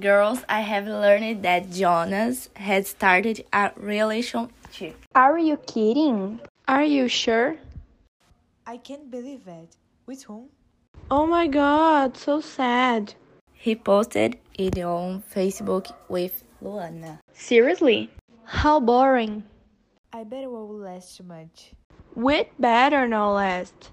Girls, I have learned that Jonas had started a relationship. Are you kidding? Are you sure? I can't believe it. With whom? Oh my god, so sad. He posted it on Facebook with Luana. Seriously? How boring. I bet it will last too much. We'd better not last.